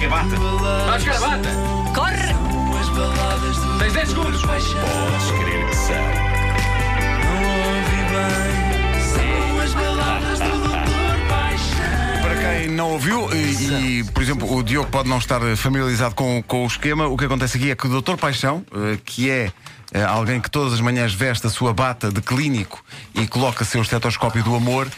gravata. Faz gravata. Corre! Tens 10 segundos. Podes crer que são. Para quem não ouviu, e, e, por exemplo, o Diogo pode não estar familiarizado com, com o esquema, o que acontece aqui é que o Dr. Paixão, eh, que é eh, alguém que todas as manhãs veste a sua bata de clínico e coloca seu estetoscópio do amor,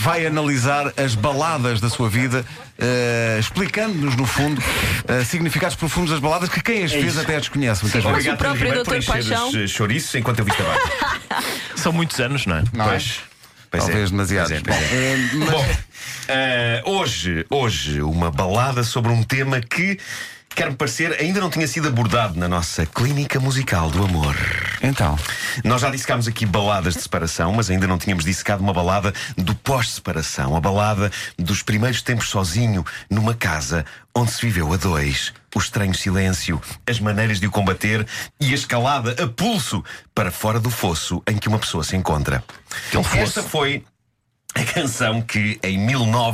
vai analisar as baladas da sua vida, eh, explicando-nos, no fundo, eh, significados profundos das baladas que quem as fez É isso. até as desconhece. muitas vezes. Obrigado, o próprio primeiro, Dr. por encher Paixão. os eh, chouriços enquanto eu vi tabaco. São muitos anos, não é? Não é? Pois. Pois é, Talvez demasiados. pois é, pois Bom, é. eh, mas- Bom, eh, hoje, hoje, uma balada sobre um tema que, quer-me parecer, ainda não tinha sido abordado na nossa Clínica Musical do Amor. Então, Nós já dissecámos aqui baladas de separação, mas ainda não tínhamos dissecado uma balada do pós-separação, a balada dos primeiros tempos sozinho, numa casa onde se viveu a dois. O estranho silêncio, as maneiras de o combater e a escalada a pulso para fora do fosso em que uma pessoa se encontra. Esta foi a canção que, em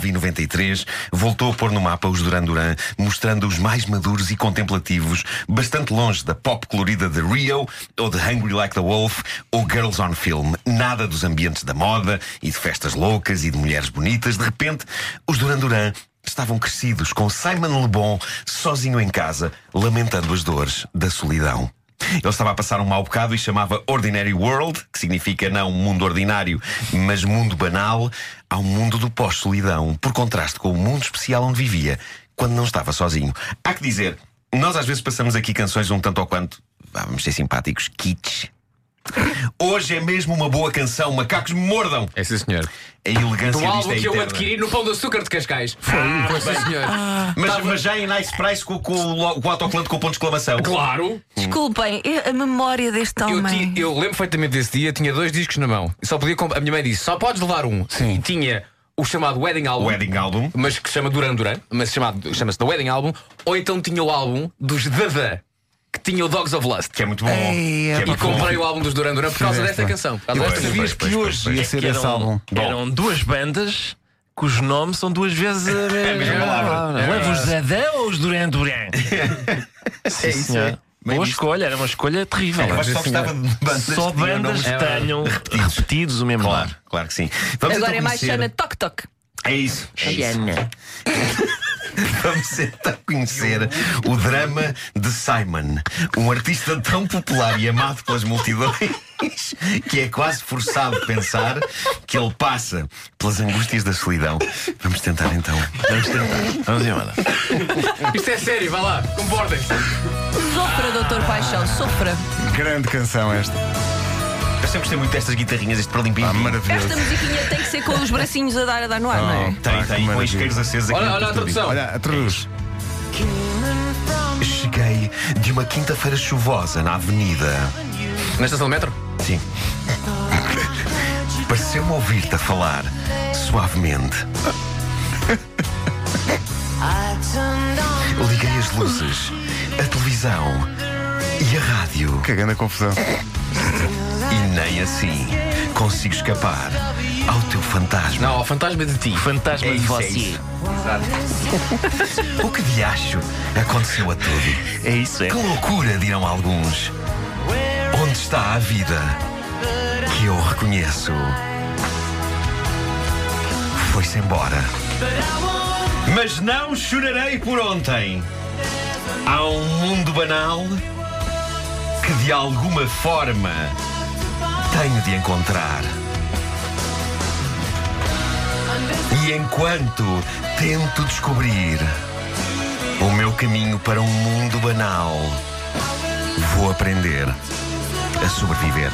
1993, voltou a pôr no mapa os Duran Duran, mostrando-os mais maduros e contemplativos, bastante longe da pop colorida de Rio, ou de Hungry Like the Wolf, ou Girls on Film. Nada dos ambientes da moda e de festas loucas e de mulheres bonitas. De repente, os Duran Duran estavam crescidos, com Simon Le Bon sozinho em casa, lamentando as dores da solidão. Ele estava a passar um mau bocado e chamava Ordinary World, que significa não um mundo ordinário, mas mundo banal, ao mundo do pós-solidão, por contraste com o mundo especial onde vivia, quando não estava sozinho. Há que dizer, nós às vezes passamos aqui canções um tanto ou quanto, vá, vamos ser simpáticos, kits. Hoje é mesmo uma boa canção, macacos mordam! É sim, senhor. A elegância Do disto Um álbum é que eu eterna. adquiri no Pão de Açúcar de Cascais. Ah, Foi, foi sim, senhor. Mas, mas já em Nice Price com, com o, lo- com o autocolante com o ponto de exclamação. Claro! Desculpem, eu- a memória deste Eu, homem. ti- eu lembro perfeitamente desse dia, tinha dois discos na mão. E Só podia comp- A minha mãe disse: só podes levar um. E tinha o chamado Wedding Album. Wedding Album. Mas que se chama Duran Duran, mas chamado- chama-se The Wedding Album, ou então tinha o álbum dos Dada, que tinha o Dogs of Lust. Que é muito bom. Ei, é que é E muito bom. comprei o álbum dos Duran Duran por causa desta canção. Por causa eu Pois, desta sabias é, pois, que pois, pois, hoje pois. um ia ser esse álbum. É eram, eram duas bandas cujos nomes são duas vezes a mesma, É mesma palavra. palavra. é? Leva os Dadão ou os Duran Duran? Sim, senhor. É Bem Boa visto. É, escolha, era uma escolha terrível. Eu acho que só Sim, senhor. gostava de assim, bandas Só que tinham bandas que nomes- tenham repetidos. o mesmo Claro, nome. claro que sim. Agora Vamos então é mais conhecer- chana Toc Toc. É isso. Vamos então conhecer o drama de Simon, um artista tão popular e amado pelas multidões que é quase forçado pensar que ele passa pelas angústias da solidão. Vamos tentar então. Vamos tentar. Vamos embora. Isto é sério, vá lá, comportem-se. Sofra, doutor Paixão, sofra. grande canção esta. Eu sempre gostei muito destas guitarrinhas, este perlimpimpim. Pá, Esta maravilhoso. musiquinha tem que ser com os bracinhos a dar a dar no ar, não é? Tem, Pá, que tem, com maravilha. os isqueiros acesos aqui. Olha- no olha a estúdio. tradução. Olha, traduz. Cheguei de uma quinta-feira chuvosa na avenida. Na estação de metro? Sim. Pareceu-me ouvir-te a falar suavemente. Liguei as luzes, a televisão e a rádio. Que grande confusão. E nem assim consigo escapar ao teu fantasma. Não, o fantasma de ti. Fantasma É de isso, é você. isso. O que de acho aconteceu a tudo? É isso, é. Que loucura, dirão alguns. Onde está a vida que eu reconheço? Foi-se embora. Mas não chorarei por ontem. Há um mundo banal que de alguma forma tenho de encontrar. E enquanto tento descobrir o meu caminho para um mundo banal, vou aprender a sobreviver.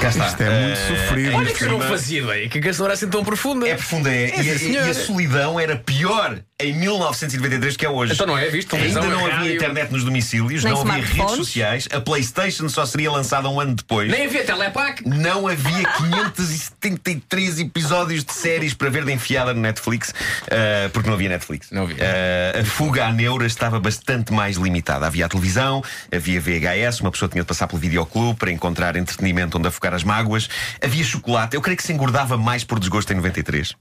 Cá está. Isto é muito Eh, sofrido. ainda Olha que eu não por cima- fazia ideia que a canção era assim tão profunda. é profunda, é. E, a- e a solidão era pior em 1993 que é hoje. Então não é, visto? Ainda Televisão, não rádio. havia internet nos domicílios, Nem não havia redes smartphones. sociais, a PlayStation só seria lançada um ano depois. Nem havia telepac. Não havia 573 episódios de séries para ver de enfiada no Netflix, ah, porque não havia Netflix. Não havia. Ah, a fuga à neura estava bastante mais limitada. Havia a televisão, havia VHS, uma pessoa tinha de passar pelo videoclube para encontrar entretenimento onde afogar tocar as mágoas. Havia chocolate. Eu creio que se engordava mais por desgosto em 93.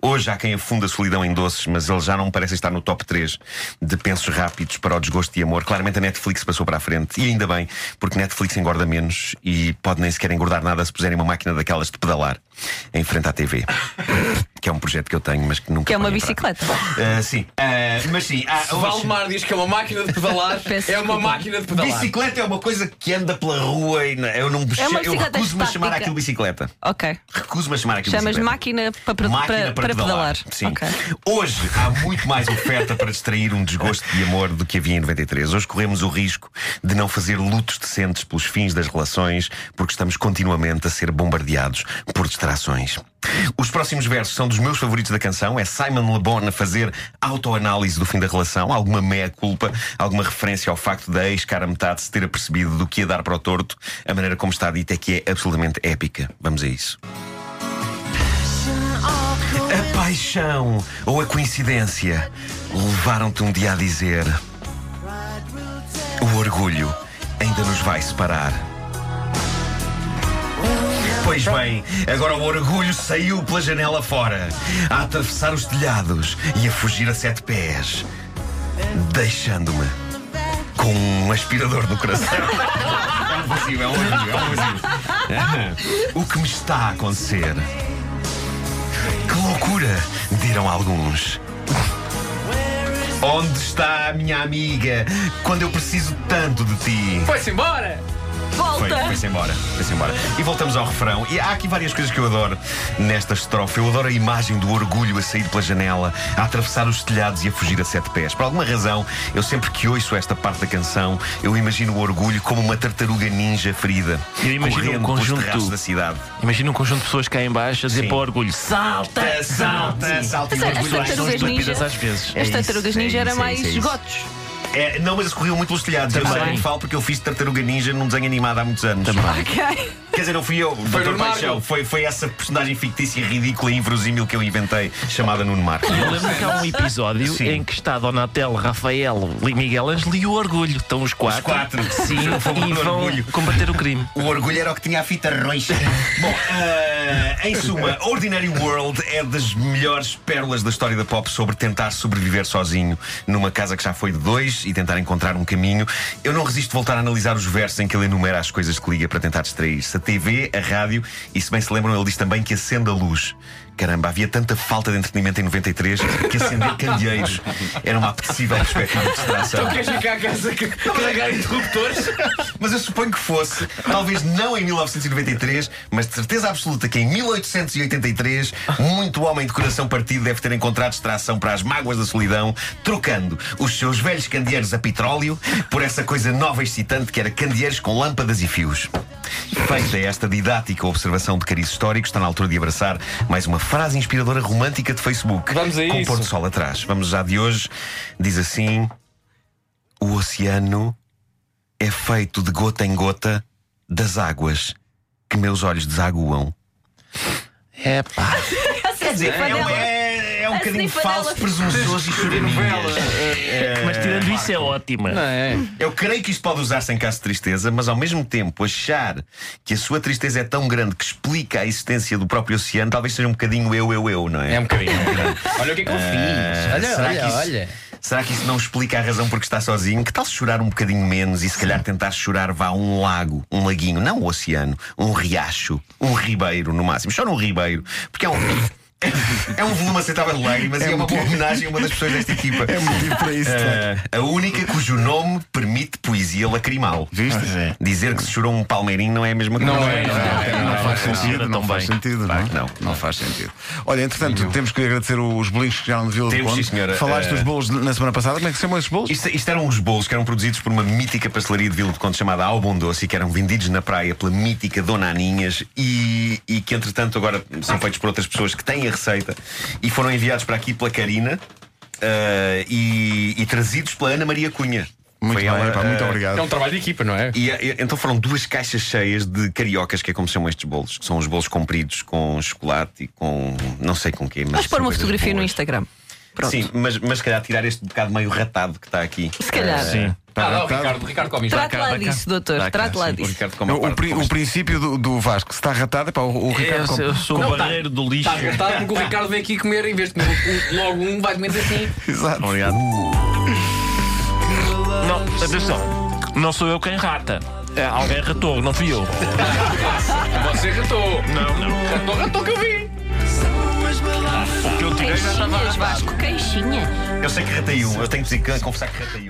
Hoje há quem afunda a solidão em doces, mas ele já não parece estar no top 3 de pensos rápidos para o desgosto e amor. Claramente a Netflix passou para a frente. E ainda bem, porque Netflix engorda menos e pode nem sequer engordar nada se puserem uma máquina daquelas de pedalar em frente à TV. que é um projeto que eu tenho, mas que nunca. Que é uma ponho em prática. bicicleta. Ah, sim. Ah, mas sim, há- Valdemar diz que é uma máquina de pedalar. Peço é uma desculpa. máquina de pedalar. Bicicleta é uma coisa que anda pela rua e não- eu não É uma eu bicicleta recuso-me a chamar estática. aquilo bicicleta. Ok. Recuso-me a chamar aquilo Chamas de bicicleta. máquina para, para, para- para pedalar. Sim. Ok. Hoje há muito mais oferta para distrair um desgosto de amor do que havia em 93. Hoje corremos o risco de não fazer lutos decentes pelos fins das relações, porque estamos continuamente a ser bombardeados por distrações. Os próximos versos são dos meus favoritos da canção. É Simon Le Bon a fazer autoanálise do fim da relação, alguma meia-culpa, alguma referência ao facto da ex-cara metade se ter apercebido do que ia dar para o torto. A maneira como está dita é que é absolutamente épica. Vamos a isso. A paixão ou a coincidência levaram-te um dia a dizer: O orgulho ainda nos vai separar. Pois bem, agora o orgulho saiu pela janela fora, a atravessar os telhados e a fugir a sete pés, deixando-me com um aspirador no coração. É um vazio, é um vazio, é um vazio. O que me está a acontecer? Que loucura, dirão alguns. Onde está a minha amiga quando eu preciso tanto de ti? Foi-se embora! Foi, Volta! foi-se embora, foi-se embora. E voltamos ao refrão. E há aqui várias coisas que eu adoro nesta estrofe. Eu adoro a imagem do orgulho a sair pela janela, a atravessar os telhados e a fugir a sete pés. Por alguma razão, eu sempre que ouço esta parte da canção, eu imagino o orgulho como uma tartaruga ninja ferida. Eu imagino um correndo pelos conjunto. terraços da cidade. Imagina um conjunto de pessoas cá em baixo a dizer Sim. É, para o orgulho: salta, salta, salta. salta. e o As- as orgulho lá São tartarugas ninja. estúpidas às vezes. As isso, tartarugas é ninja era isso, é mais isso, é isso. gotos. É, não, mas corriam muito pelos telhados. Eu Também. sei bem que falo porque eu fiz Tartaruga Ninja num desenho animado há muitos anos. Ok. Quer dizer, não fui eu, foi Dr. Nuno Marco. Paixão. Foi, foi essa personagem fictícia, ridícula e inverosímil que eu inventei, chamada Nuno Marco. Eu lembro que há um episódio Sim. em que está Donatello, Rafael, Li- Miguel Ângelo e o Orgulho. Estão os quatro. quatro. Sim, A favor e do vão Orgulho. combater o crime. O orgulho era o que tinha a fita roxa. Bom, eh, em suma, Ordinary World é das melhores pérolas da história da pop sobre tentar sobreviver sozinho numa casa que já foi de dois e tentar encontrar um caminho. Eu não resisto a voltar a analisar os versos em que ele enumera as coisas que liga para tentar distrair-se. A TV, a rádio e, se bem se lembram, ele diz também que acende a luz. Caramba, havia tanta falta de entretenimento em 93 que acender candeeiros era uma apetecível perspectiva de distração. Então Queres ir cá a casa ca- carregar interruptores? Mas eu suponho que fosse, talvez não em 1993, mas de certeza absoluta que em 1883, muito homem de coração partido deve ter encontrado distração para as mágoas da solidão, trocando os seus velhos candeeiros a petróleo por essa coisa nova e excitante que era candeeiros com lâmpadas e fios. Feita esta didática observação de cariz histórico, está na altura de abraçar mais uma frase inspiradora romântica de Facebook. Vamos a com isso. Porto Sol atrás. Vamos já de hoje. Diz assim: O oceano é feito de gota em gota das águas que meus olhos desaguam. É pá. Essa um- snifanela. é, é um A bocadinho snifanela. falso, presunçoso e choramingas. Mas tirando isso é ótima. Eu creio que isto pode usar-se em caso de tristeza, mas ao mesmo tempo achar que a sua tristeza é tão grande que explica a existência do próprio oceano, talvez seja um bocadinho eu, eu, eu, não é? É um bocadinho. Olha o que é que eu fiz. Olha, Ah, será olha, que isso, olha. Será que isso não explica a razão porque está sozinho? Que tal chorar um bocadinho menos e se calhar tentar chorar vá a um lago, um laguinho, não um oceano, um riacho, um ribeiro no máximo. Chora um ribeiro, porque é um. É um volume aceitável de lágrimas e é uma boa homenagem a uma das pessoas desta equipa. É motivo para isso. Ah, a única cujo nome permite poesia lacrimal. Viste? Dizer que se chorou um palmeirinho não é a mesma coisa. Não é, não é. Não faz sentido, Cheira não tão faz bem. sentido, não Claro é? que não. Não faz sentido. Olha, entretanto, temos que agradecer os bolinhos que já não viu do Temos, Conde. sim, senhora. Falaste Eh, dos bolos na semana passada, como é que se chamam esses bolos? Isto, isto eram uns bolos que eram produzidos por uma mítica pastelaria de Vila de Conde chamada Albon Doce e que eram vendidos na praia pela mítica Dona Aninhas e, e que, entretanto, agora são feitos por outras pessoas que têm a receita e foram enviados para aqui pela Karina eh, e, e trazidos pela Ana Maria Cunha. Muito Foi bem, ela, pá, muito eh, obrigado. É um trabalho de equipa, não é? e, e, então foram duas caixas cheias de cariocas, que é como se chamam estes bolos, que são os bolos compridos com chocolate e com. não sei com quê. Mas Vamos pôr são uma coisas fotografia no boas. Instagram. Pronto. Sim, mas, mas se calhar tirar este bocado meio ratado que está aqui. Eh, Se calhar. Sim. Ah, não, o tá. Ricardo, o Ricardo come isto. Trate lá vai cá. disso, doutor. Está cá, Trate lá sim, o disso. Ricardo come a O, é parte É, pri- com o isto. princípio do, do Vasco, se está ratado, epá, o, o Ricardo. Eu, come- eu sou É, tá. o barreiro Tá, do lixo. Está agotado tá, porque o Ricardo veio aqui comer em vez de comer um- logo um, vai comer assim. Exato. Uh. Obrigado. Não, atenção. Não sou eu quem rata. tá. É, alguém ratou, não fui eu. Você ratou. Não, não. Ratou, ratou que eu vi. O que eu tirei já estava Queixinhas, Vasco, queixinhas. Eu sei que ratei um, eu tenho que dizer que confessar que ratei um.